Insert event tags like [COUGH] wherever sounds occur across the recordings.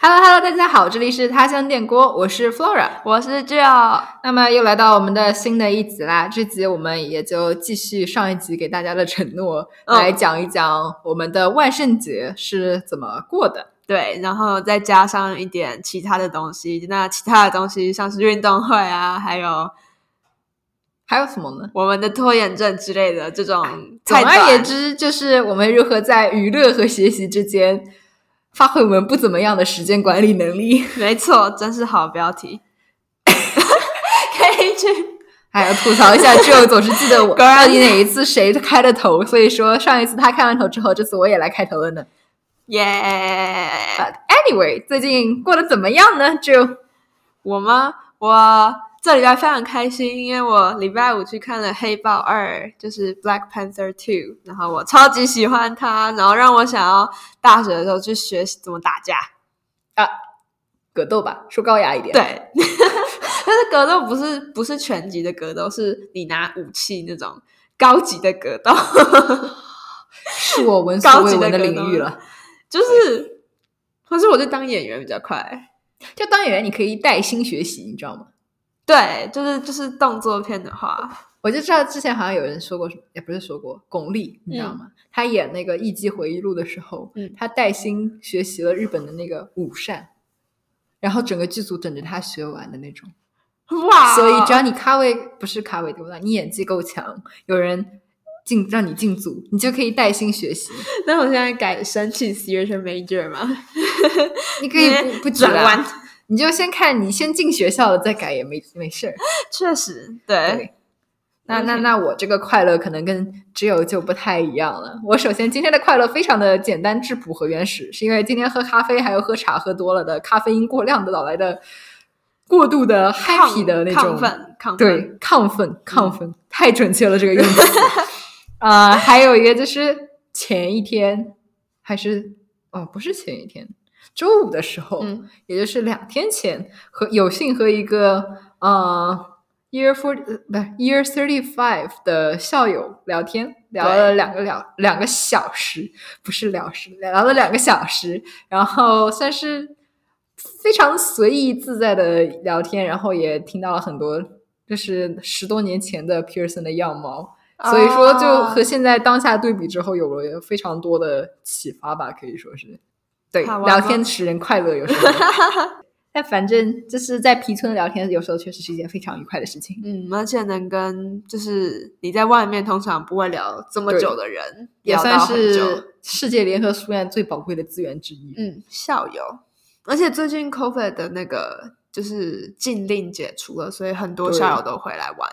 Hello Hello，大家好，这里是他乡电锅，我是 Flora。我是 Jill，那么又来到我们的新的一集啦，这集我们也就继续上一集给大家的承诺，嗯来讲一讲我们的万圣节是怎么过的。对，然后再加上一点其他的东西，那其他的东西像是运动会啊，还有还有什么呢？我们的拖延症之类的 [LAUGHS] 这种总菜短。而言之，就是我们如何在娱乐和学习之间发挥我们不怎么样的时间管理能力。没错，真是好标题，可以去还哎要吐槽一下 Joe 总是记得我 [LAUGHS] 果然到底哪一次谁开的头，所以说上一次他开完头之后，这次我也来开头了呢。耶、 But anyway，最近过得怎么样呢？Joe，我吗？我这礼拜非常开心，因为我礼拜五去看了《黑豹二》，就是《Black Panther Two》，然后我超级喜欢它，然后让我想要大学的时候去学习怎么打架。格斗吧，说高雅一点。，对， [LAUGHS] 但是格斗不是不是拳击的格斗，是你拿武器那种高级的格斗，是我闻所未闻领域高级的了。就是。可是我就当演员比较快，就当演员，你可以带薪学习，你知道吗？对，就是就是动作片的话，我就知道之前好像有人说过什么，也不是说过巩俐，你知道吗？她演那个《艺伎回忆录》的时候，嗯她带薪学习了日本的那个舞扇，然后整个剧组等着她学完的那种。哇，哦所以只要你咖位不是咖位对不对？你演技够强，有人进让你进组，你就可以带薪学习，那我现在改申请 theater major 嘛，你可以 [LAUGHS] 不不急转啦弯，你就先看你先进学校了再改也没没事儿。 [LAUGHS] 确实，对，对，那那 OK 那我这个快乐可能跟只有就不太一样了。我首先今天的快乐非常的简单质朴和原始，是因为今天喝咖啡还有喝茶喝多了的咖啡因过量的导来的过度的 happy 的那种亢奋，亢奋，嗯对，亢奋，亢奋，太准确了这个用 [LAUGHS] 词。啊、还有一个就是前一天，还是哦，不是前一天，周五的时候，嗯也就是两天前，和有幸和一个呃 year four 呃不是 year thirty five 的校友聊天，聊了两个两两个小时，不是聊时，聊了两个小时，然后算是非常随意自在的聊天，然后也听到了很多就是十多年前的 Pearson 的样貌，所以说就啊和现在当下对比之后有了非常多的启发吧，可以说是对好玩聊吗天使人快乐，有 [LAUGHS] 时候。但反正就是在皮村聊天，有时候确实是一件非常愉快的事情。嗯，而且能跟就是你在外面通常不会聊这么对久的人，也聊算到很久是世界联合书院最宝贵的资源之一。嗯校友，而且最近 COVID 的那个就是禁令解除了，所以很多对校友都回来 [LAUGHS] 玩。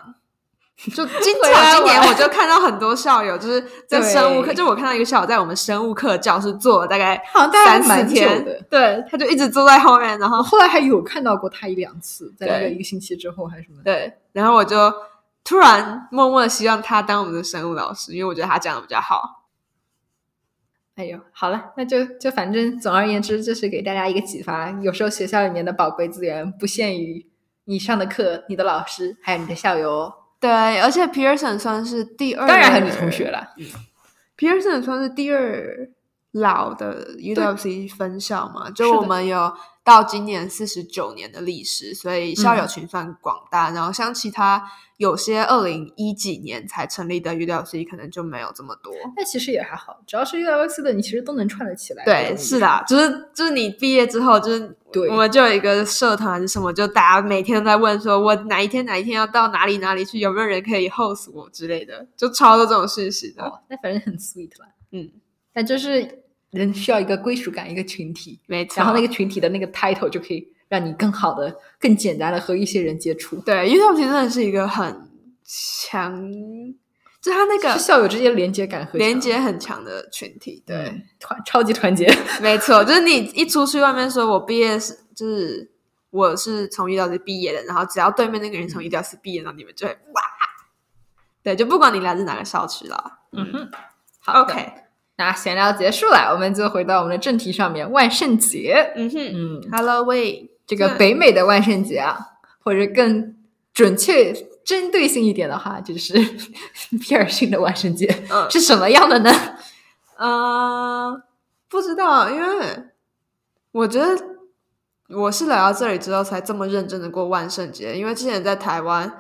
就经 [LAUGHS] 回来常今年玩我就看到很多校友，就是在对生物课，就我看到一个校友在我们生物课教室坐了大概好像大概三蛮四久天的，对，他就一直坐在后面，然后 [LAUGHS] 我后来还有看到过他一两次，在那个对一个星期之后还是什么的。对，然后我就突然默默的希望他当我们的生物老师，因为我觉得他讲的比较好。哎呦，好了，那就就反正总而言之，就是给大家一个启发。有时候学校里面的宝贵资源不限于你上的课、你的老师，还有你的校友哦，对，而且 Pearson 算是第二，当然还有你同学啦。 Pearson 算是第二老的 UWC 分校嘛，就是我的们有到今年四十九年的历史，所以校嗯友群算广大。然后像其他有些二零一几年才成立的 UWC 可能就没有这么多。但其实也还好，只要是 ULC 的，你其实都能串得起来。对，是。的，就是就是你毕业之后，就是对我们就有一个社团还是什么，就大家每天都在问说，我哪一天哪一天要到哪里哪里去，有没有人可以 host 我之类的，就超多这种事情的。哦，那反正很 sweet 啦。嗯，但就是人需要一个归属感，一个群体，没错。然后那个群体的那个 title 就可以让你更好的、更简单的和一些人接触。对 u t 其实真的是一个很强，就他那是个校友之间的连接感和连强接很强的群体。对，嗯团超级团结。没错，就是你一出去外面说，我毕业是就是我是从医疗系毕业的，然后只要对面那个嗯人从医疗系毕业，然后你们就会哇，对，就不管你来自哪个校区了。嗯哼，好的，OK，那闲聊结束了，我们就回到我们的正题上面，万圣节。嗯哼嗯， ，Halloween 这个对北美的万圣节啊，或者更准确、针对性一点的话，就是 [LAUGHS] 皮尔逊的万圣节嗯是什么样的呢？呃，不知道，因为我觉得我是来到这里之后才这么认真的过万圣节，因为之前在台湾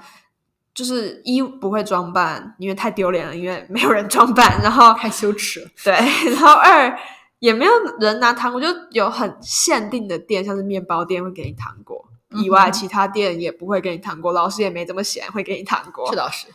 就是一不会装扮，因为太丢脸了，因为没有人装扮，然后太羞耻了。 [LAUGHS] 对，然后二也没有人拿糖果，就有很限定的店，像是面包店会给你糖果，以嗯外哼其他店也不会给你糖果，老师也没这么闲会给你糖果。这倒是，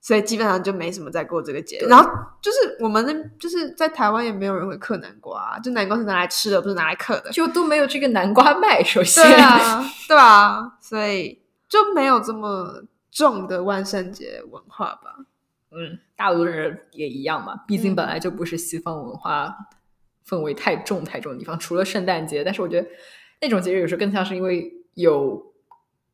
所以基本上就没什么在过这个节。对然后就是我们那就是在台湾也没有人会嗑南瓜、啊，就南瓜是拿来吃的，不是拿来嗑的。就都没有这个南瓜卖。首先，对啊，对啊，所以就没有这么重的万圣节文化吧。嗯，大陆人也一样嘛，毕竟嗯本来就不是西方文化氛围太重太重的地方，除了圣诞节，但是我觉得那种节日有时候更像是因为有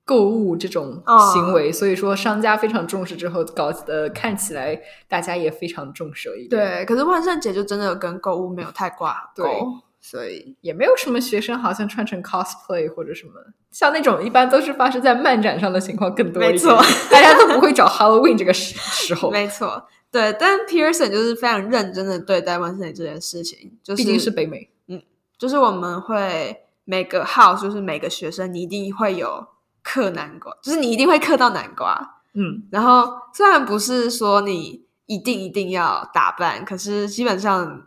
购物这种哦行为，所以说商家非常重视之后，搞呃看起来大家也非常重视一点。，对，可是万圣节就真的跟购物没有太挂钩对，所以也没有什么学生好像穿成 cosplay 或者什么，像那种一般都是发生在漫展上的情况更多一点，没错，大家都不会找 Halloween 这个时时候，没错。对，但 Pearson 就是非常认真的对待万圣节这件事情，就是毕竟是北美，就是我们会每个 house，就是每个学生，你一定会有嗑南瓜，就是你一定会嗑到南瓜。嗯，然后虽然不是说你一定一定要打扮，可是基本上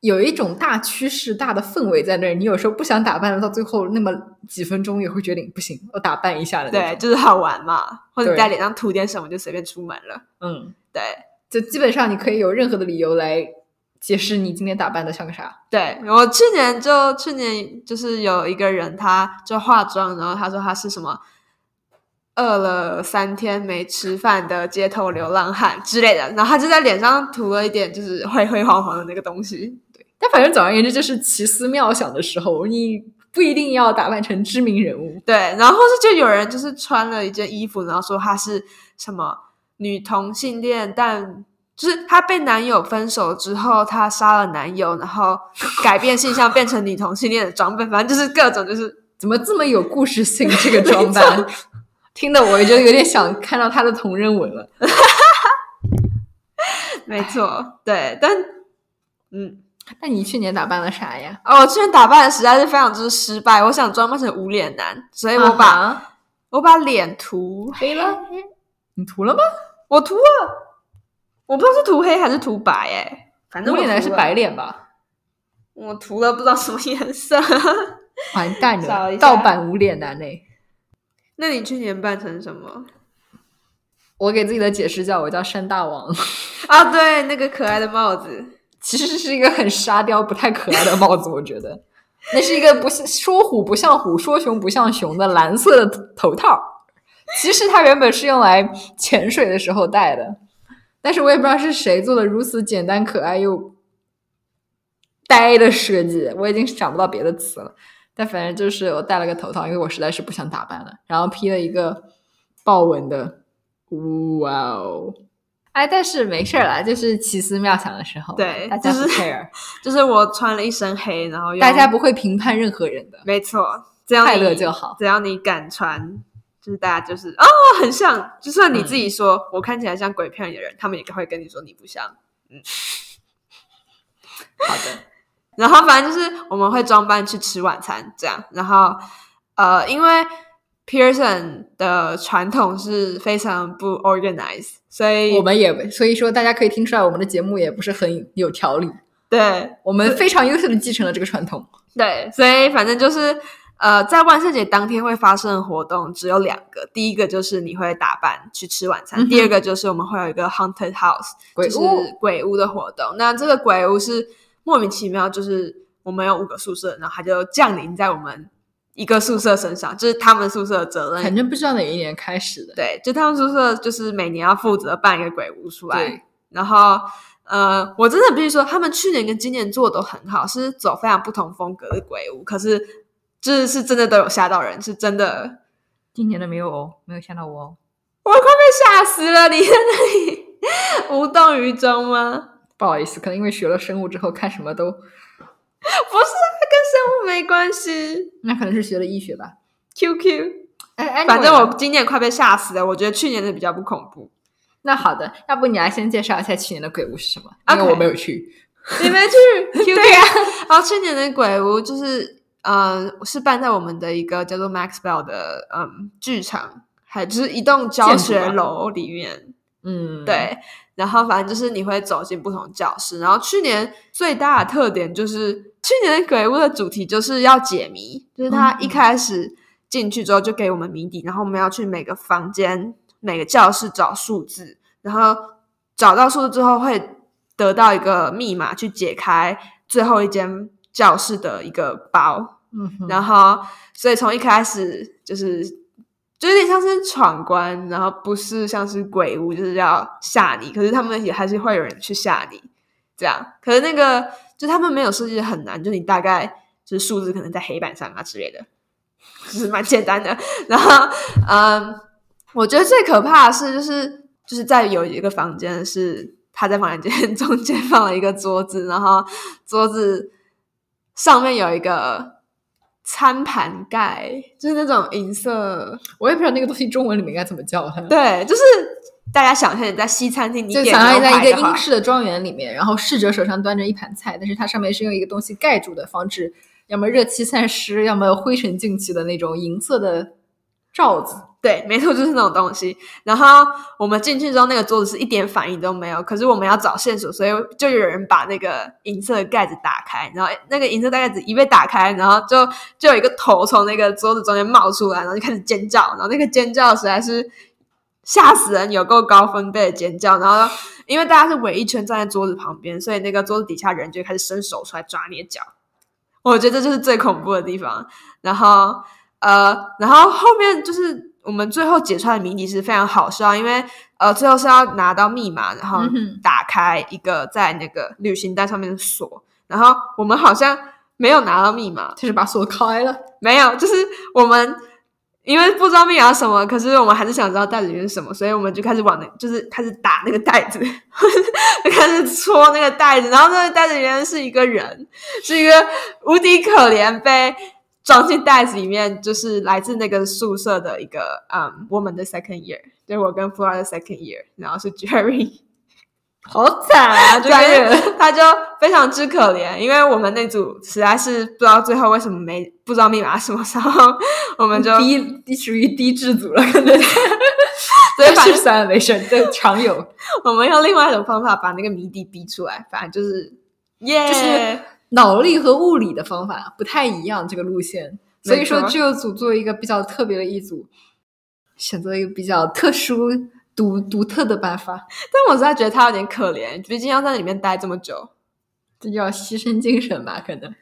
有一种大趋势、大的氛围在那儿。你有时候不想打扮了，到最后那么几分钟也会决定不行，我打扮一下的那对种。就是好玩嘛，或者对你在脸上涂点什么就随便出门了。嗯，对就基本上你可以有任何的理由来解释你今天打扮的像个啥。对，我去年就去年就是有一个人，他就化妆，然后他说他是什么。饿了三天没吃饭的街头流浪汉之类的，然后他就在脸上涂了一点就是灰灰黄黄的那个东西，但反正总而言之，就是奇思妙想的时候，你不一定要打扮成知名人物。对，然后是就有人就是穿了一件衣服，然后说她是什么女同性恋，但就是她被男友分手之后，她杀了男友，然后改变性向变成女同性恋的装扮，反正就是各种就是怎么这么有故事性？这个装扮，听得我就有点想看到他的同人文了。 [LAUGHS] 没错，对，但嗯，那你去年打扮了啥呀？哦，我去年打扮的实在是非常之失败，我想装扮成无脸男，所以哎我把、啊我把脸涂黑了，你涂了吗？我涂了，我不知道是涂黑还是涂白、哎，反正我我脸来是涂了白，脸吧？我涂了不知道什么颜色。完蛋找了，一盗下版无脸男哎嘞！那你去年扮成什么我给自己的解释叫我叫山大王， [LAUGHS] 啊？对，那个可爱的帽子。其实是一个很沙雕、不太可爱的帽子，我觉得那是一个不像说虎不像虎、说熊不像熊的蓝色的头套。其实它原本是用来潜水的时候戴的，但是我也不知道是谁做的如此简单、可爱又呆的设计，我已经想不到别的词了。但反正就是我戴了个头套，因为我实在是不想打扮了，然后披了一个豹纹的，哇哦！哎，但是没事儿啦，就是奇思妙想的时候，对大家就不是 [LAUGHS] care，就是我穿了一身黑，然后用大家不会评判任何人的，没错，只要你快乐就好只要你敢穿，就是大家就是哦，很像。就算你嗯自己说、我看起来像鬼片里的人，他们也会跟你说你不像。好的，然后反正就是我们会装扮去吃晚餐这样，然后呃，因为 Pearson 的传统是非常不 organized，所以我们也所以说大家可以听出来，我们的节目也不是很有条理，对我们非常优秀的继承了这个传统。对，所以反正就是呃，在万圣节当天会发生的活动只有两个，第一个就是你会打扮去吃晚餐，嗯哼第二个就是我们会有一个 haunted house，鬼就是屋鬼屋的活动。那这个鬼屋是莫名其妙，就是我们有五个宿舍，然后它就降临在我们一个宿舍身上，就是他们宿舍的责反任。正不知道哪一年开始的，对，就他们宿舍就是每年要负责办一个鬼屋出来，对，然后呃，我真的必须说，他们去年跟今年做的都很好，是走非常不同风格的鬼屋，可是这是真的都有吓到人，是真的 [LAUGHS] 今年的没有哦，没有吓到我哦，吓死了！你在那里无动于衷吗？不好意思，可能因为学了生物之后看什么都， [LAUGHS] 不是啊，跟生物没关系。那可能是学了医学吧。 QQ，哎，anyway 反正我今年快被吓死了，我觉得去年的比较不恐怖。那好的，要不你来先介绍一下去年的鬼屋是什么？因为 OK 我没有去。 [LAUGHS] 你没去 QQ 对呀、然后去年的鬼屋就是呃，是办在我们的一个叫做 Maxwell 的嗯剧场，还就是一栋教学建筑吧楼里面。嗯，，对，然后反正就是你会走进不同教室。然后去年最大的特点就是，去年的鬼屋的主题就是要解谜，就是他一嗯开始进去之后就给我们谜底，然后我们要去每个房间、每个教室找数字，然后找到数字之后会得到一个密码去解开最后一间教室的一个包。嗯哼，然后所以从一开始就是就有点像是闯关，然后不是像是鬼屋，就是要吓你，可是他们也还是会有人去吓你，这样。可是那个就他们没有设计的很难，就你大概就是数字可能在黑板上啊之类的，就是蛮简单的。然后嗯，我觉得最可怕的是就是就是在有一个房间是。他在房间 [LAUGHS] 中间放了一个桌子，然后桌子上面有一个餐盘盖，就是那种银色，我也不知道那个东西中文里面该怎么叫它。对，就是大家想象你在西餐厅，你嗯就点想象牛在一排个的话英式的庄园里面，然后侍者手上端着一盘菜，但是它上面是用一个东西盖住的，防止要么热气散失，要么灰尘进去的那种银色的罩子。对，没错，就是那种东西。然后我们进去之后，那个桌子是一点反应都没有，可是我们要找线索，所以哎就有人把那个银色的盖子打开，然后那个银色的盖子一被打开，然后就就有一个头从那个桌子中间冒出来，然后就开始尖叫，然后那个尖叫实在是吓死人，有够高分贝的尖叫。然后因为大家是围一圈站在桌子旁边，所以那个桌子底下人就开始伸手出来抓你的脚。我觉得这就是最恐怖的地方。然后呃，然后后面就是我们最后解出来的谜底是非常好笑，因为呃，最后是要拿到密码，然后嗯哼打开一个在那个旅行袋上面的锁，然后我们好像没有拿到密码，就是把锁开了，没有，就是我们因为不知道密码是什么，可是我们还是想知道袋子里面是什么，所以我们就开始往那，就是开始打那个袋子， [LAUGHS] 就开始戳那个袋子，然后那个袋子里面是一个人，是一个无敌可怜被装进袋子里面，就是来自那个宿舍的一个嗯，我们的 second year，就是我跟 Flora 的 second year，然后是 Jerry。好惨啊！就这个人是 [LAUGHS] 他就非常之可怜，因为我们那组实在是不知道最后为什么没不知道密码什么时候， [LAUGHS] 我们就低低属于低智组了，可 [LAUGHS] 能所以反是正三维神这常有，我们用另外一种方法把那个谜底逼出来，反正就是耶就是脑力和物理的方法不太一样，这个路线。所以说没错这个组作为一个比较特别的一组，选择一个比较特殊、独独特的办法，但我实在觉得他有点可怜，毕竟要在里面待这么久。这叫牺牲精神吧？可能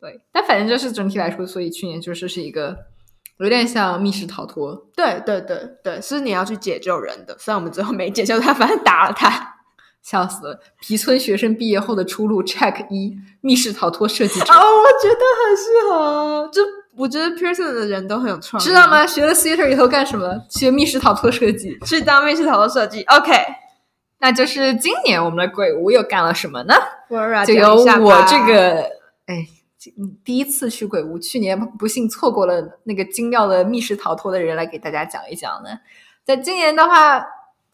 对，但反正就是整体来说，所以去年就是是一个有点像密室逃脱，对对对对，是你要去解救人的，虽然我们最后没解救他，反正打了他。笑死了！皮村学生毕业后的出路 check 一密室逃脱设计者 [LAUGHS] 哦，，我觉得很适合，就我觉得 Pearson 的人都很有创意，知道？吗？学了 theater 以后干什么？学密室逃脱设计。去当面试头的设计，OK，那就是今年我们的鬼屋又干了什么呢？我就由我这个，哎，这嗯第一次去鬼屋，去年不幸错过了那个精妙的密室逃脱的人来给大家讲一讲呢。在今年的话，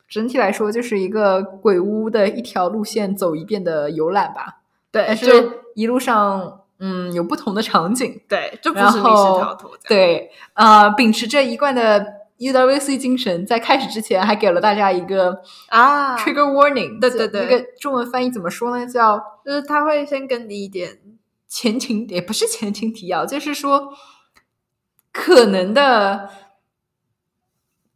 整体来说就是一个鬼屋的一条路线走一遍的游览吧，对，但就是一路上，嗯，有不同的场景。对，就不然是密室后逃脱这样。对，呃，秉持着一贯的 UWC 精神，在开始之前还给了大家一个啊， trigger warning，、对对对那个中文翻译怎么说呢？叫就是他会先跟你一点，前情也不是前情提要，就是说可能的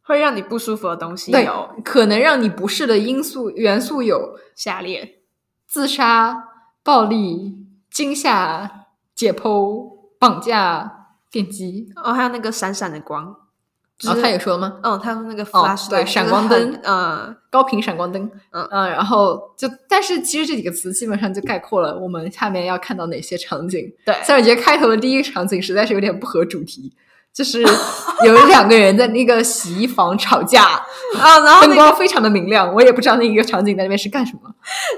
会让你不舒服的东西对有可能让你不适的因素元素有下列，自杀、暴力、惊吓、解剖、绑架、电击。哦，还有那个闪闪的光，然后就是哦他也说了吗？嗯，他们那个哦 flash 对 light，闪就是光很灯嗯，高频闪光灯，啊嗯然后就，但是其实这几个词基本上就概括了我们下面要看到哪些场景。对，三水节开头的第一个场景实在是有点不合主题，就是有两个人在那个洗衣房吵架，啊，然后灯那个光非常的明亮，我也不知道那一个场景在那边是干什么。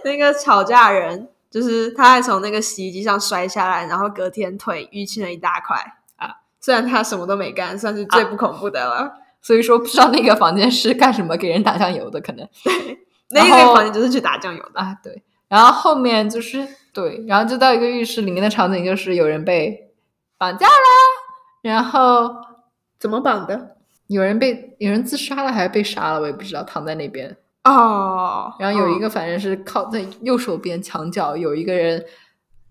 那个吵架人，就是他还从那个洗衣机上摔下来，然后隔天腿淤青了一大块啊。虽然他什么都没干，算是最不恐怖的了。所以说不知道那个房间是干什么，给人打酱油的可能那然个后房间就是去打酱油的，啊对。然后后面就是对，然后就到一个浴室里面的场景就是有人被绑架啦，然后怎么绑的？有人被有人自杀了还是被杀了，我也不知道，躺在那边。哦，然后有一个反正是靠在右手边墙角，有一个人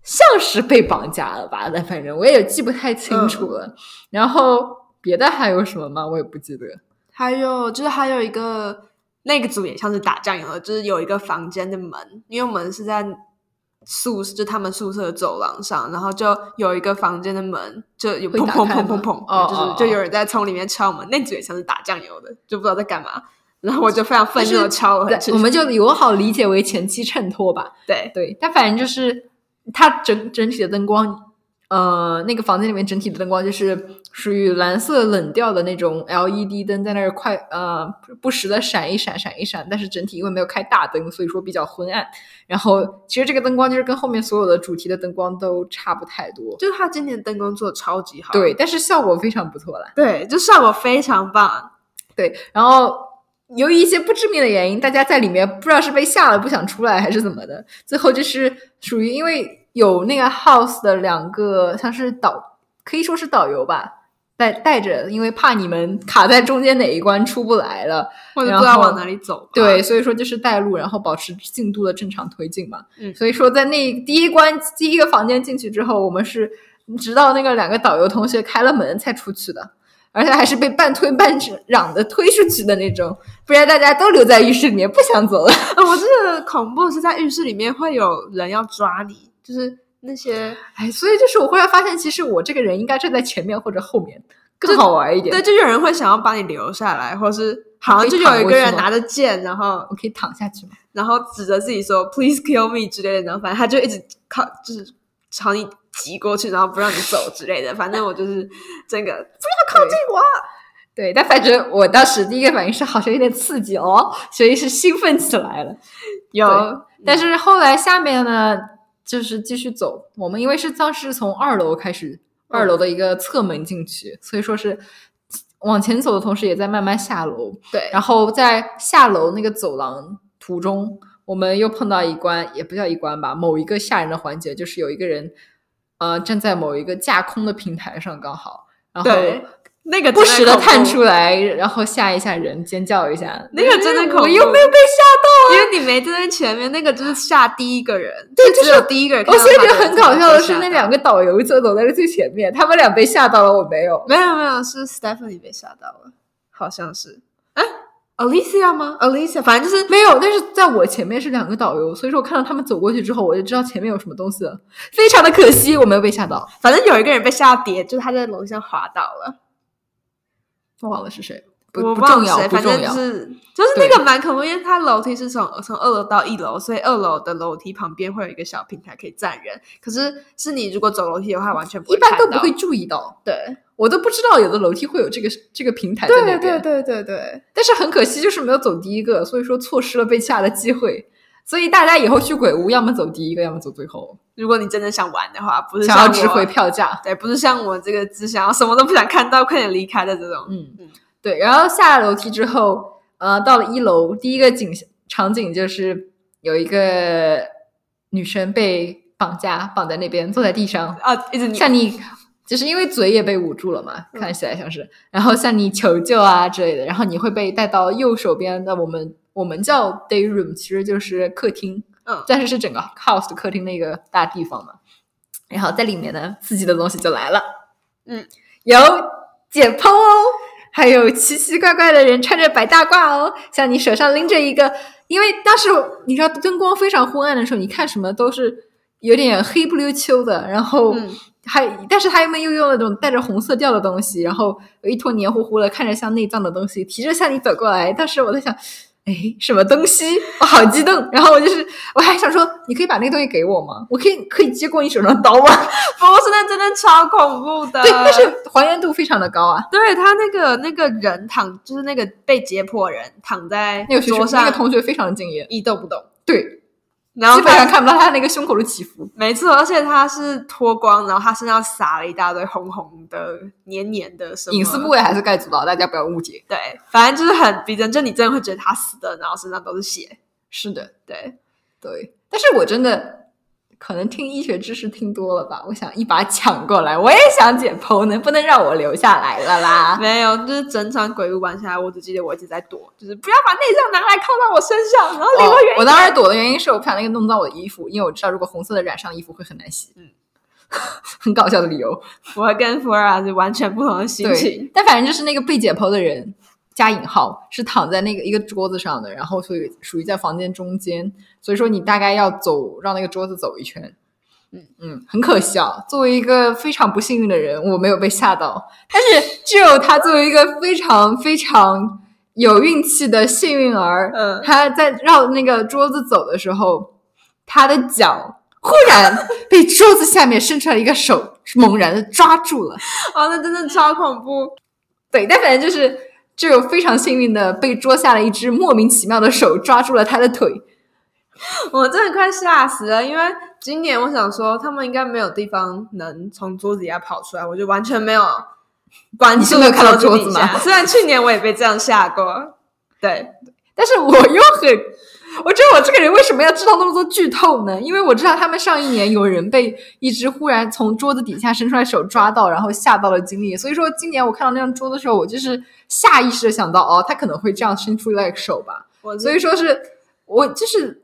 像是被绑架了吧，但反正我也记不太清楚嗯了。然后别的还有什么吗？我也不记得。还有就是还有一个那个组也像是打酱油的，就是有一个房间的门，因为我们是在宿就他们宿舍的走廊上，然后就有一个房间的门就有会砰打砰开砰吗砰砰，哦就哦是就有人在从里面敲门，那组也像是打酱油的，就不知道在干嘛。然后我就非常愤怒就的是敲了回去，对，我们就友好理解为前期衬托吧。对对，但反正就是它整整体的灯光，呃，那个房间里面整体的灯光就是属于蓝色冷调的那种 LED 灯，在那儿快呃不时的闪一闪闪一闪，但是整体因为没有开大灯，所以说比较昏暗。然后其实这个灯光就是跟后面所有的主题的灯光都差不太多，就是他今年灯光做的超级好，对，但是效果非常不错啦。对，就效果非常棒。对，然后。由于一些不知名的原因，大家在里面不知道是被吓了不想出来，还是怎么的。最后就是属于因为有那个 house 的两个像是导，可以说是导游吧，带带着，因为怕你们卡在中间哪一关出不来了，我就然不知道后往哪里走吧。对，所以说就是带路，然后保持进度的正常推进嘛。嗯所以说在那第一关第一个房间进去之后，我们是直到那个两个导游同学开了门才出去的，而且还是被半推半嚷的推出去的那种，不然大家都留在浴室里面不想走了。呃，我记得恐怖是在浴室里面会有人要抓你，就是那些 [LAUGHS] 哎，所以就是我忽然发现，其实我这个人应该站在前面或者后面更好玩一点。对，就有人会想要把你留下来，或是好可像以就躺有一过个去人吗拿着剑，然后我可以躺下去吗？然后指着自己说 “please kill me” 之类的，然后反正他就一直靠就是朝你挤过去，然后不让你走之类的。反正我就是 [LAUGHS] 整个靠近我。对，但反正我当时第一个反应是好像有点刺激哦，所以是兴奋起来了。有但是后来下面呢，就是继续走。我们因为是当时从二楼开始，嗯二楼的一个侧门进去，所以说是往前走的同时，也在慢慢下楼。对，然后在下楼那个走廊途中，我们又碰到一关，也不叫一关吧，某一个吓人的环节，就是有一个人，呃，站在某一个架空的平台上，刚好，然后对那个不真的时的恐探怖出来，然后吓一下人，尖叫一下。那个真的嗯恐怖我又没有被吓因为你没站在前面，那个就是吓第一个人，对就就只有第一个人到。看我到他现的在人觉得才会吓到。很搞笑的是，那两个导游就走在了最前面，他们俩被吓到了，我没有。没有没有是 Stephanie 被吓到了，好像是哎 Alicia 吗？Alicia，反正就是没有，但是在我前面是两个导游，所以说我看到他们走过去之后，我就知道前面有什么东西了，非常的可惜，我没有被吓到，反正有一个人被吓到跌，就是他在楼上滑倒了，我忘了是谁，不我不忘重了要，谁不反重正就要。是就是对那个蛮恐怖，因为他楼梯是从从二楼到一楼，所以二楼的楼梯旁边会有一个小平台可以站人，可是是你如果走楼梯的话，完全不一会般都看不到会注意到，对我都不知道有的楼梯会有这个这个平台在那对边。对对对对。但是很可惜，就是没有走第一个，所以说错失了被吓的机会。所以大家以后去鬼屋，要么走第一个，要么走最后，如果你真的想玩的话，不是想要像值我回票价。对，不是像我这个只想要什么都不想看到，快点离开的这种。嗯嗯，对。然后下了楼梯之后，呃，到了一楼，第一个景场景就是有一个女生被绑架，绑在那边，坐在地上，啊，一直你向你就是因为嘴也被捂住了嘛，嗯看起来像是，然后向你求救啊之类的，然后你会被带到右手边的我们我们叫 day room，其实就是客厅，嗯但是是整个 house 的客厅的一个大地方嘛，然后在里面呢，刺激的东西就来了，嗯，有解剖哦。还有奇奇怪怪的人穿着白大褂哦，像你手上拎着一个，因为当时你知道灯光非常昏暗的时候，你看什么都是有点黑不溜秋的，然后嗯还，但是他们又用了那种带着红色调的东西，然后有一坨黏糊糊的，看着像内脏的东西，提着向你走过来。当时我在想，哎，什么东西？我好激动。 [LAUGHS] 然后我就是，我还想说，你可以把那个东西给我吗？我可以可以接过你手上的刀吗？啊 [LAUGHS] 不是那真的超恐怖的。对，但是还原度非常的高啊。对他那个那个人躺，就是那个被解剖人躺在那个学桌生上，那个同学非常的敬业，一动不动，对，然后基本他上看不到他那个胸口的起伏。没错，而且他是脱光，然后他身上撒了一大堆红红的、黏黏的什么隐私部。位还是盖住的，大家不要误解。对，反正就是很逼真，就你真的会觉得他死的，然后身上都是血。是的，对，对。但是我真的，可能听医学知识听多了吧，我想一把抢过来，我也想解剖，能不能让我留下来了啦？没有，就是整场鬼屋玩下来，我只记得我一直在躲，就是不要把内脏拿来靠到我身上，然后离哦我远一点。我当时躲的原因是我不想那个弄脏我的衣服，因为我知道如果红色的染上衣服会很难洗。嗯， [LAUGHS] 很搞笑的理由。我会跟 Flora 是完全不同的心对情。，但反正就是那个被解剖的人加引号是躺在那个一个桌子上的，然后所以属于在房间中间，所以说你大概要走让那个桌子走一圈。嗯嗯，很可笑。作为一个非常不幸运的人，我没有被吓到，但是只有他作为一个非常非常有运气的幸运儿，嗯他在绕那个桌子走的时候，他的脚忽然被桌子下面伸出来一个手猛然的抓住了。哦，那真的超恐怖。对，但反正就是只有非常幸运的被捉下了一只莫名其妙的手抓住了他的腿。 [LAUGHS] 我真的快吓死了，因为今年我想说他们应该没有地方能从桌子底下跑出来，我就完全没有关你是注没有看到桌桌底子吗下。虽然去年我也被这样吓过，对，但是我又很，我觉得我这个人为什么要知道那么多剧透呢？因为我知道他们上一年有人被一只忽然从桌子底下伸出来手抓到，然后吓到了经历。所以说今年我看到那张桌子的时候，我就是下意识的想到，哦，他可能会这样伸出来手吧。我所以说是我就是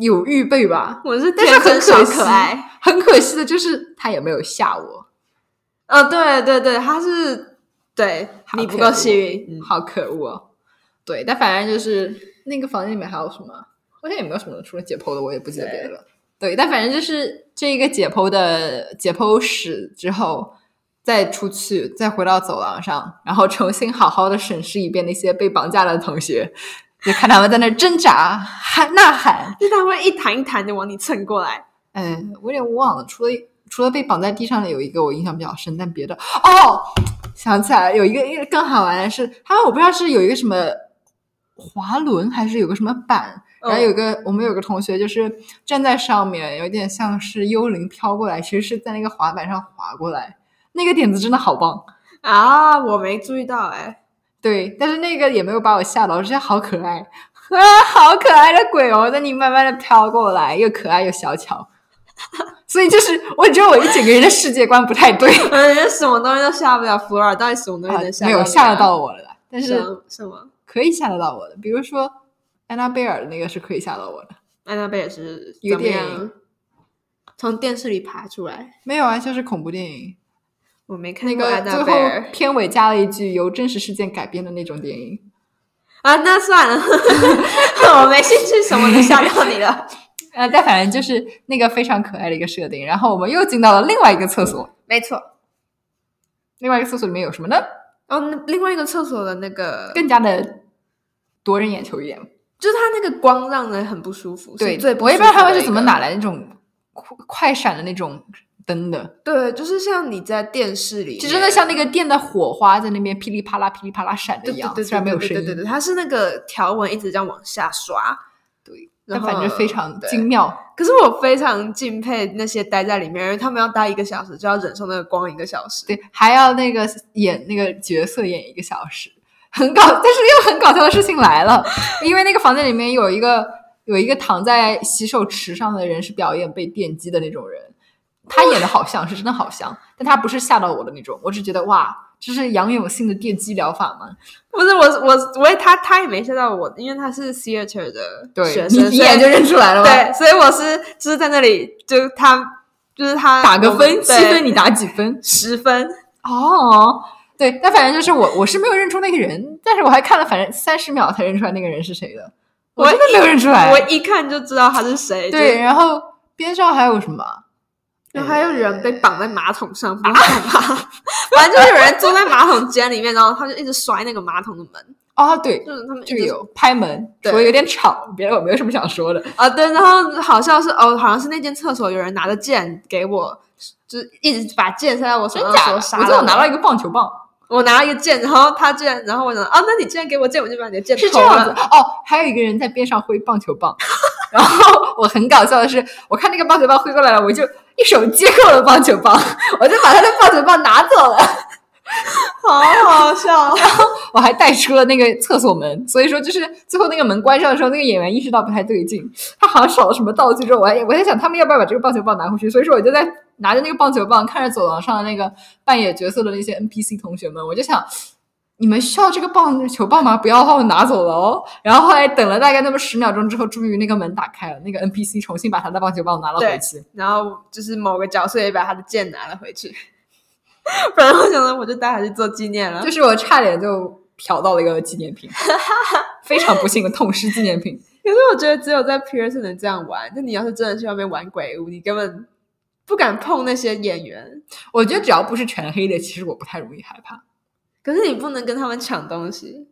有预备吧，我是但是天很真小可惜可爱。很可惜的就是他也没有吓我。呃，对对对，他是对好你不可恶够幸运，好可恶哦！对，但反正就是那个房间里面还有什么，好像也没有什么，除了解剖的，我也不记得别的了。对，但反正就是这个解剖的解剖室之后，再出去，再回到走廊上，然后重新好好的审视一遍那些被绑架的同学，就看他们在那儿挣扎、喊呐喊。就他会一弹一弹的往你蹭过来。嗯，我有点忘了，除了除了被绑在地上的有一个我印象比较深，但别的哦，想起来了有一个一个更好玩的是，他们我不知道是有一个什么滑轮还是有个什么板，然后有个、我们有个同学就是站在上面，有点像是幽灵飘过来，其实是在那个滑板上滑过来，那个点子真的好棒。啊，我没注意到哎、 [LAUGHS] 对，但是那个也没有把我吓到，我觉得好可爱 [LAUGHS] 啊，好可爱的鬼哦，在你慢慢的飘过来，又可爱又小巧， [LAUGHS] 所以就是我觉得我一整个人的世界观不太对，我感觉什么东西都吓不了福尔，到底什么东西啊能吓、没有吓得到，我了啦，但什是么什么？可以吓得到我的，比如说安娜贝尔的那个是可以吓到我的，安娜贝尔是一个怎么电样影从电视里爬出来，没有啊，就是恐怖电影，我没看那过个安最娜贝尔后片尾加了一句由真实事件改编的那种电影，啊，那算了， [LAUGHS] 我没兴趣什么能吓到 [LAUGHS] 你了。呃，但反正就是那个非常可爱的一个设定，然后我们又进到了另外一个厕所，没错，另外一个厕所里面有什么呢？哦，那另外一个厕所的那个，更加的夺人眼球一点。就是它那个光让人很不舒服，是最不我也不知道他们是舒服的一个怎么拿来那种快快闪的那种灯的，对，就是像你在电视里面，就真的像那个电的火花在那边噼里啪啦、噼里啪啦闪着对一对样，对，虽然没有对声对对对，音，它是那个条纹一直这样往下刷，对，但然后反正非常对精妙。可是我非常敬佩那些待在里面，因为他们要待一个小时，就要忍受那个光一个小时。对，还要那个演那个角色演一个小时，很搞，但是又很搞笑的事情来了，因为那个房间里面有一个有一个躺在洗手池上的人是表演被电击的那种人，他演的好像是真的好像，但他不是吓到我的那种，我只觉得哇，这是杨永信的电击疗法吗？不是我，我我也他他也没吓到我，因为他是 theater 的学你生，一所以眼就认出来了吧？，对，所以我是就是在那里，就是他就是他打个分，对七分你打几分？十分，哦，对，但反正就是我我是没有认出那个人，但是我还看了反正三十秒才认出来那个人是谁的，我我真的没有认出来。我一看就知道他是谁。对，，然后边上还有什么？呃然后还有人被绑在马桶上，不知啊道干嘛， [LAUGHS] 反正就是有人坐在马桶间里面，然后他就一直摔那个马桶的门，哦，对，就是他们一这直个有拍门，对说有点吵，别的我没有什么想说的。啊，对，然后好像是哦，好像是那间厕所有人拿着剑给我，就是一直把剑塞在我手真上假的？说啊我杀最了后拿到一个棒球棒，我拿了一个剑，然后他居然，然后我想，哦，那你既然给我剑，我就把你的剑是这偷样子了。哦。还有一个人在边上挥棒球棒， [LAUGHS] 然后我很搞笑的是，我看那个棒球棒挥过来了，我就一手接过了棒球棒，我就把他的棒球棒拿走了。好好笑， [LAUGHS] 我还带出了那个厕所门，所以说就是最后那个门关上的时候，那个演员意识到不太对劲，他好像少了什么道具之后，我还我在想他们要不要把这个棒球棒拿回去，所以说我就在拿着那个棒球棒，看着走廊上的那个扮演角色的那些 NPC 同学们，我就想。你们需要这个棒球棒吗？不要把我拿走了哦。然后后来等了大概那么十秒钟之后，终于那个门打开了，那个 NPC 重新把他的棒球棒拿了回去。然后就是某个角色也把他的剑拿了回去， [LAUGHS] 不然我想说我就带他去做纪念了。就是我差点就嫖到了一个纪念品，非常不幸，痛失纪念品。可是我觉得只有在 Pierce 能这样玩，就你要是真的去外面玩鬼屋，你根本不敢碰那些演员。我觉得只要不是全黑的，其实我不太容易害怕。可是你不能跟他们抢东西，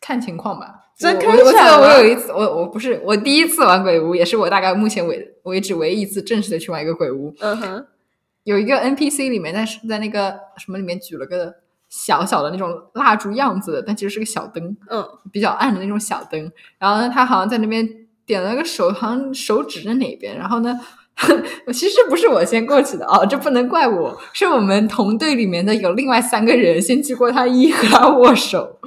看情况吧。真我开我我记抢得我啊有一次，我我不是我第一次玩鬼屋，也是我大概目前为为止唯一一次正式的去玩一个鬼屋。嗯哼，有一个 NPC 里面，但是在那个什么里面举了个小小的那种蜡烛样子的，但其实是个小灯，嗯，比较暗的那种小灯。然后呢，他好像在那边点了个手，好像手指在哪边。然后呢， [LAUGHS] 其实不是我先过去的哦，这不能怪我，是我们同队里面的有另外三个人先去过他一和他握手。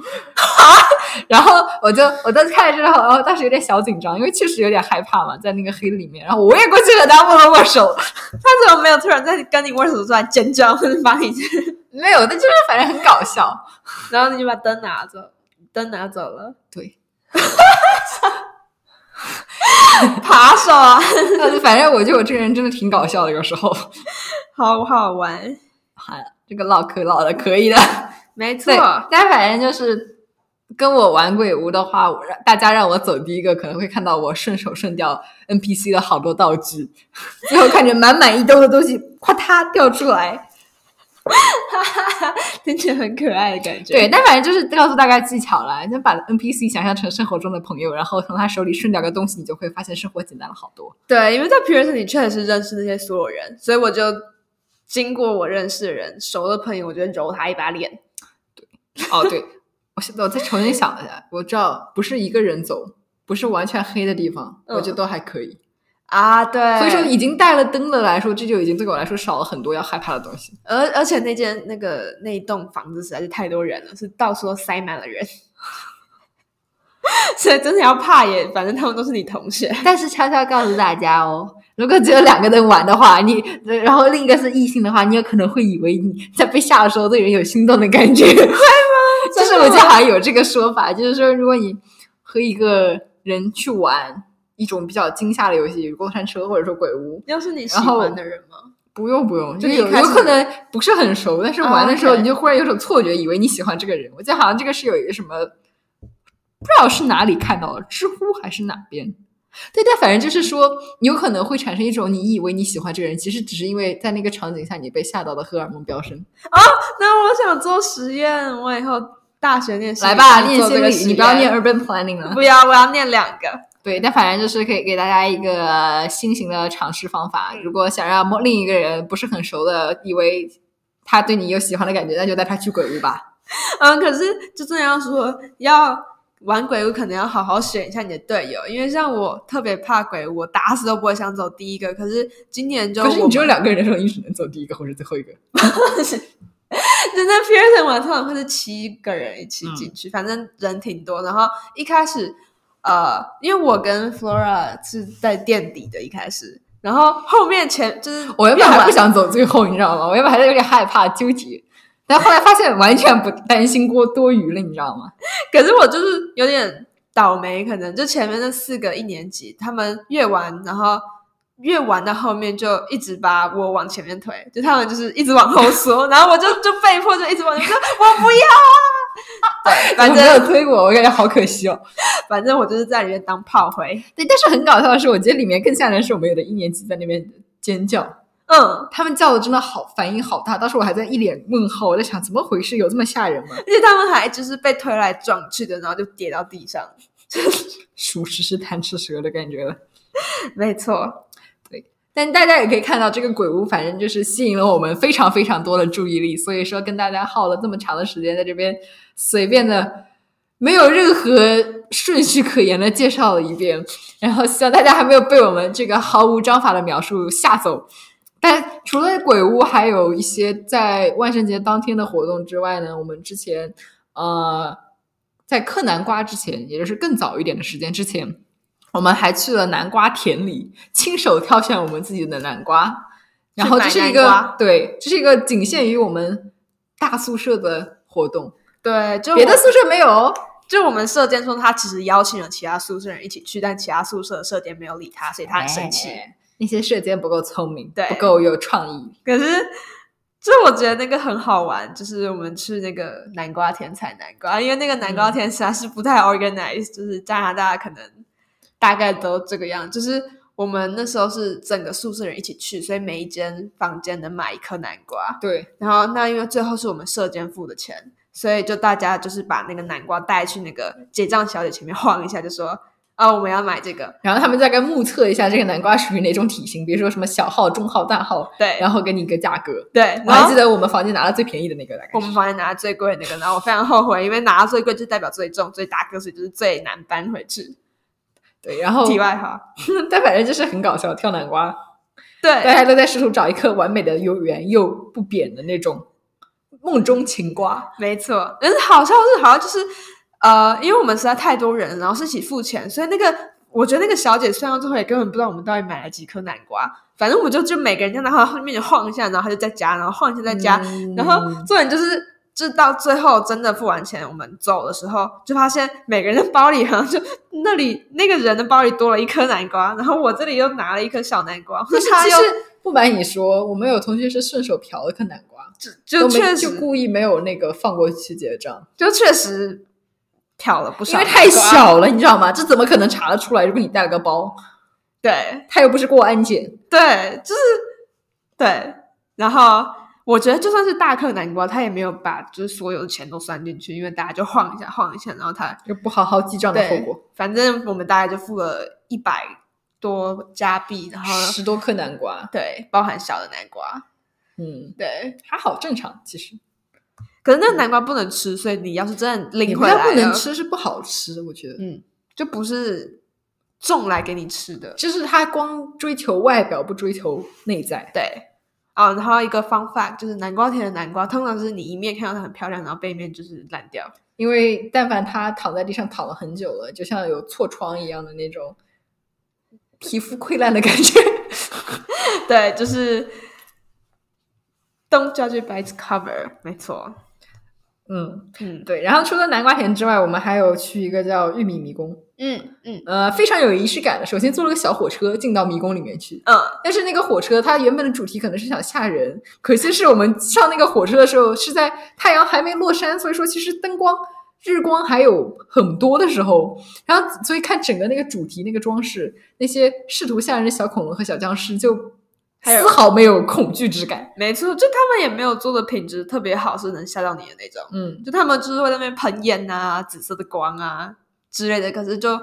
然后我就我当时看了之后，然哦后当时有点小紧张，因为确实有点害怕嘛，在那个黑里面。然后我也过去和他握了握手，他怎么没有突然在跟你握手突然尖叫， [LAUGHS] 或者把你，没有，但就是反正很搞笑。然后你就把灯拿走，灯拿走了，对，扒手啊，但是反正我觉得我这个人真的挺搞笑的，有时候。 [LAUGHS] 好好玩，好了，这个唠嗑唠的可以的。没错对，，但反正就是跟我玩鬼屋的话，我让大家让我走第一个，可能会看到我顺手顺掉 NPC 的好多道具， [LAUGHS] 最后看着满满一兜的东西，咵嗒掉出来。听起来很可爱的感觉。对，，但反正就是告诉大家技巧啦，就把 NPC 想象成生活中的朋友，然后从他手里顺掉个东西，你就会发现生活简单了好多。对，因为在 Pearson 里确实认识那些所有人，所以我就经过我认识的人、熟的朋友，我就揉他一把脸。 [LAUGHS] 哦，对，我现在我再重新想了一下，我知道不是一个人走，不是完全黑的地方，我觉得都还可以。啊，对，所以说，已经带了灯的来说，这就已经对我来说少了很多要害怕的东西。 [LAUGHS] 而而且那间那个那一栋房子实在是太多人了，是到处都塞满了人， [LAUGHS] 所以真的要怕也，反正他们都是你同学，但是悄悄告诉大家哦，如果只有两个人玩的话，你然后另一个是异性的话，你有可能会以为你在被吓的时候对人有心动的感觉， [LAUGHS] 会吗？就是我记得好像有这个说法，就是说如果你和一个人去玩一种比较惊吓的游戏，比如过山车或者说鬼屋，又是你喜然后欢的人吗？不用不用，就就是有一开有始可能不是很熟，但是玩的时哦候，OK 你就忽然有种错觉，以为你喜欢这个人。我记得好像这个是有一个什么，不知道是哪里看到的，知乎还是哪边？对，但反正就是说，你有可能会产生一种你以为你喜欢这个人，其实只是因为在那个场景下你被吓到的荷尔蒙飙升。 [LAUGHS] 那我想做实验，我以后大学念心理来吧，想念做这心个理，实你不要验 [LAUGHS] 念 urban planning 了。不要，我要念两个。对，但反正就是可以给大家一个新型的尝试方法。嗯如果想让另一个人不是很熟的，以为他对你有喜欢的感觉，那就带他去鬼屋吧。嗯，可是就真的要说要玩鬼屋，可能要好好选一下你的队友，因为像我特别怕鬼屋，我打死都不会想走第一个。可是今年就可是我你只有们两个人的时候，你只能走第一个或者最后一个。 [LAUGHS] 真的 Pearson 玩通常会是七个人一起嗯进去，反正人挺多。然后一开始，呃，因为我跟 Flora 是在垫底的，一开始，然后后面前就是我原越本还玩不想走最后，你知道吗？我原本还是有点害怕纠结，但后来发现完全不担心过多余了，你知道吗？可是我就是有点倒霉，可能就前面那四个一年级，他们越玩，然后越玩到后面就一直把我往前面推，就他们就是一直往后缩，然后我就就被迫就一直往前面，说我不要 [LAUGHS] 啊！对，反我没有正推过，我感觉好可惜哦。反正我就是在里面当炮灰。对，但是很搞笑的是，我觉得里面更吓人的是我们有的一年级在那边尖叫，嗯，他们叫的真的好反应好大，当时我还在一脸问号，我在想怎么回事，有这么吓人吗？而且他们还就是被推来撞去的，然后就跌到地上。 [LAUGHS] 属实是贪吃蛇的感觉了。没错，但大家也可以看到，这个鬼屋反正就是吸引了我们非常非常多的注意力，所以说跟大家耗了这么长的时间在这边随便的，没有任何顺序可言的介绍了一遍，然后希望大家还没有被我们这个毫无章法的描述吓走。但除了鬼屋，还有一些在万圣节当天的活动之外呢，我们之前呃，在嗑南瓜之前，也就是更早一点的时间之前，我们还去了南瓜田里，亲手挑选我们自己的南瓜。然后这是一去买南个瓜对，这是一个仅限于我们大宿舍的活动，对，就 [LAUGHS] 别的我宿舍没有哦。就我们射箭说他其实邀请了其他宿舍人一起去，但其他宿舍的射箭没有理他，所以他很生气。哎那些射箭不够聪明，对不够有创意。可是，就我觉得那个很好玩，就是我们去那个南瓜田采南瓜，因为那个南瓜田实在是不太 organized，、就是加拿大可能大概都这个样，就是。我们那时候是整个宿舍人一起去，所以每一间房间能买一颗南瓜。对，然后那因为最后是我们射箭付的钱，所以就大家就是把那个南瓜带去那个结账小姐前面晃一下，就说啊我们要买这个，然后他们大概目测一下这个南瓜属于哪种体型，比如说什么小号、中号、大号，对，然后后给你一个价格。对，我然后还记得我们房间拿了最便宜的那个，大概是我们房间拿最贵的那个，然后我非常后悔，因为拿到最贵就代表最重、最大个，所以就是最难搬回去。对， [LAUGHS] 然后题外话，但反正就是很搞笑，跳南瓜，大对家都在试图找一颗完美的、又圆又不扁的那种梦中情瓜。没错，但是好笑是好像就是呃，因为我们实在太多人，然后是一起付钱，所以那个我觉得那个小姐算到最后也根本不知道我们到底买了几颗南瓜，反正我们就就每个人这样拿到后面晃一下，然后她就再加，然后晃一下再加，嗯然后重点就是，就到最后真的付完钱，我们走的时候，就发现每个人的包里好像就那里那个人的包里多了一颗南瓜，然后我这里又拿了一颗小南瓜，但是他其又实不瞒你说，我们有同学是顺手瓢了颗南瓜，就都没确就实故意没有那个放过去结账，就确实挑了不因少，为太。小了，你知道吗？这怎么可能查得出来？如果你带了个包，对他又不是过安检。对，就是对，然后。我觉得就算是大颗南瓜，他也没有把就是所有的钱都算进去，因为大家就晃一下晃一下，然后他就不好好记账的后对果。反正我们大概就付了一百多加币，然后十多颗南瓜，对，包含小的南瓜。嗯，对，还好正常。其实可是那个南瓜不能吃，所以你要是真的你拎不回来要不能了，吃是不好吃，我觉得，嗯，就不是种来给你吃的。就是他光追求外表，不追求内在。对，啊、然后一个方法就是南瓜田的南瓜，通常是你一面看到它很漂亮，然后背面就是烂掉。因为但凡他躺在地上躺了很久了，就像有痤疮一样的那种皮肤溃烂的感觉。 [LAUGHS] [LAUGHS] 对，就是 don't judge it by its cover，没错。嗯，嗯对。然后除了南瓜田之外，我们还有去一个叫玉米迷宫，嗯嗯呃，非常有仪式感的。首先坐了个小火车进到迷宫里面去，嗯，但是那个火车它原本的主题可能是想吓人，可惜是我们上那个火车的时候是在太阳还没落山，所以说其实灯光。日光还有很多的时候，然后所以看整个那个主题、那个装饰，那些试图吓人的小恐龙和小僵尸就还有丝毫没有恐惧之感。没错，就他们也没有做的品质特别好，是能吓到你的那种。嗯，就他们就是会在那边喷烟啊、紫色的光啊之类的，可是就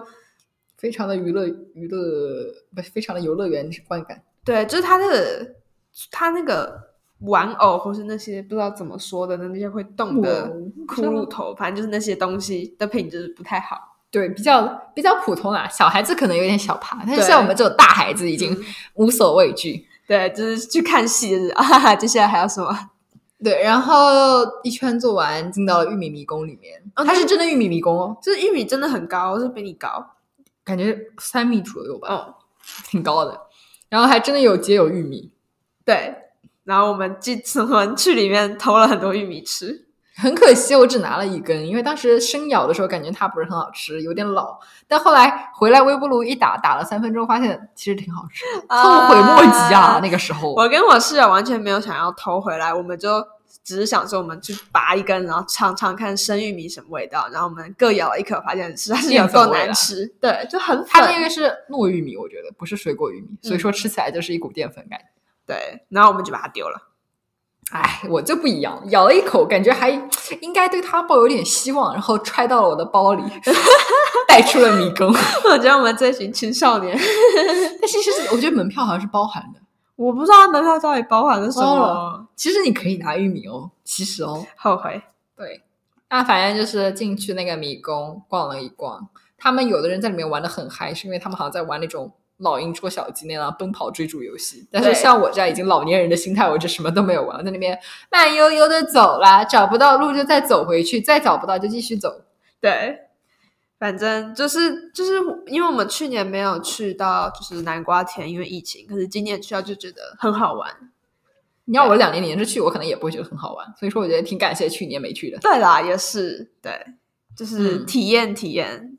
非常的娱乐娱乐，不是非常的游乐园观感。对，就是他的他那个玩偶或是那些不知道怎么说的那些会动的骷髅头，反正就是那些东西的品质不太好。对，比较比较普通啦，小孩子可能有点小怕，但是对像我们这种大孩子已经无所畏惧。对，就是去看戏就是啊，哈哈，接下来还有什么？对，然后一圈做完，进到了玉米迷宫里面。哦它那是真的玉米迷宫哦，就是玉米真的很高，是比你高。感觉三米左右吧，嗯，挺高的。然后还真的有结有玉米，对。然后我们进我们去里面偷了很多玉米吃。很可惜我只拿了一根，因为当时生咬的时候感觉它不是很好吃，有点老。但后来回来微波炉一打，打了三分钟，发现其实挺好吃的，后悔莫及啊！啊那个时候，我跟我室友完全没有想要偷回来，我们就只是想说我们去拔一根，然后尝尝看生玉米什么味道。然后我们各咬了一口，发现实在是有够难吃，对，就很它粉。那个是糯玉米，我觉得不是水果玉米，所以说吃起来就是一股淀粉感。对，然后我们就把它丢了。 [LAUGHS] 哎，我就不一样，咬了一口，感觉还应该对它抱有点希望，然后揣到了我的包 [LAUGHS] 里，带出了迷宫。我觉得我们这群青少 [LAUGHS] 年，但是其实我觉得门票好像是包含的，我不知道门票到底包含了什么，哦其实你可以拿玉米哦，其实哦，后悔。对，那反正就是进去那个迷宫逛了一逛，他们有的人在里面玩的很嗨，是因为他们好像在玩那种老鹰捉小鸡那样奔跑追逐游戏。但对是像我这样已经老年人的心态，我就什么都没有玩，我在那边慢悠悠的走啦，找不到路就再走回去，再找不到就继续走。对，反正就是就是因为我们去年没有去到就是南瓜田，因为疫情，可是今年去到就觉得很好玩。你要我两年连着去，我可能也不会觉得很好玩。所以说，我觉得挺感谢去年没去的。对啦，也是对，就是嗯体验体验。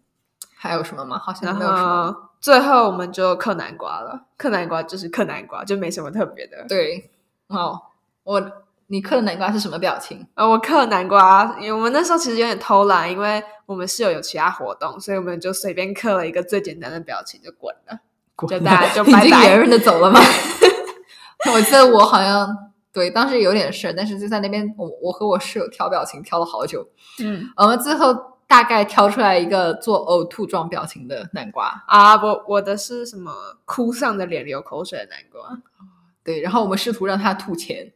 还有什么吗？好像然没有什么。后最后我们就嗑南瓜了，嗑南瓜就是嗑南瓜，就没什么特别的。对，哦，我你嗑的南瓜是什么表情？呃，我嗑南瓜，因为我们那时候其实有点偷懒，因为我们室友有其他活动，所以我们就随便刻了一个最简单的表情就滚了。就 [LAUGHS] 大家就已拜经拜圆润的走了吗？ [LAUGHS] 我记得我好像对当时有点事儿，但是就在那边，我我和我室友挑表情挑了好久，嗯我们最后大概挑出来一个做呕吐状表情的南瓜。啊，我我的是什么哭丧着脸流口水的南瓜，对，然后我们试图让他吐钱，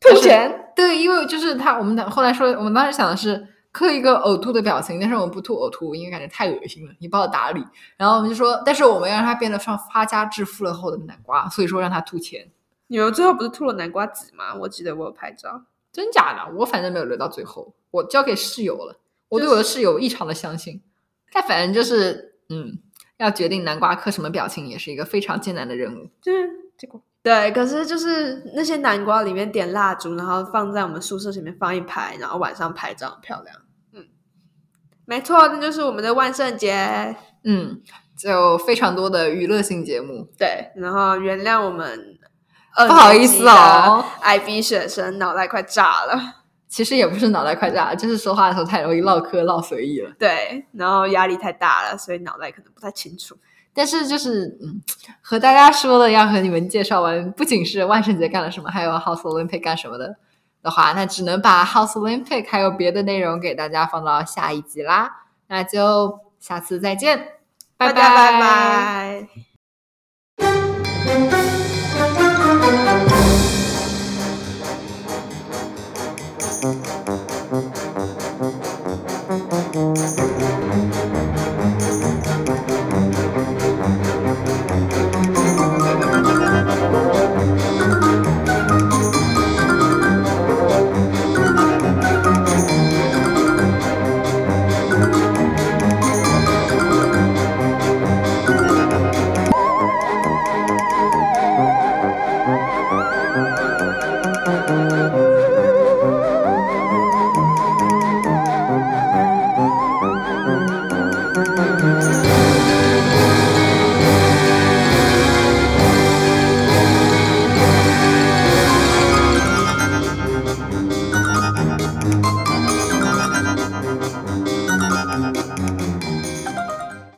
吐钱。对，因为就是他，我们当后来说，我们当时想的是刻一个呕吐的表情，但是我们不吐呕吐，因为感觉太恶心了，你不好打理。然后我们就说，但是我们要让他变得像发家致富了后的南瓜，所以说让他吐钱。你们最后不是吐了南瓜籽吗？我记得我有拍照。真假的？我反正没有留到最后，我交给室友了。我对我的室友异常的相信。但反正就是，嗯，要决定南瓜嗑什么表情，也是一个非常艰难的任务。就是结果对，可是就是那些南瓜里面点蜡烛，然后放在我们宿舍前面放一排，然后晚上拍照很漂亮。嗯，没错，那就是我们的万圣节。嗯，就非常多的娱乐性节目，对，然后原谅我们不好意思 [LAUGHS] 哦。 ，IB 学生脑袋快炸了。其实也不是脑袋快炸，就是说话的时候太容易唠嗑唠随意了。对，然后压力太大了，所以脑袋可能不太清楚。但是就是，嗯，和大家说了要和你们介绍完，不仅是万圣节干了什么，还有 House Olympic 干什么的的话，那只能把 House Olympic 还有别的内容给大家放到下一集啦。那就下次再见，拜大家拜拜拜。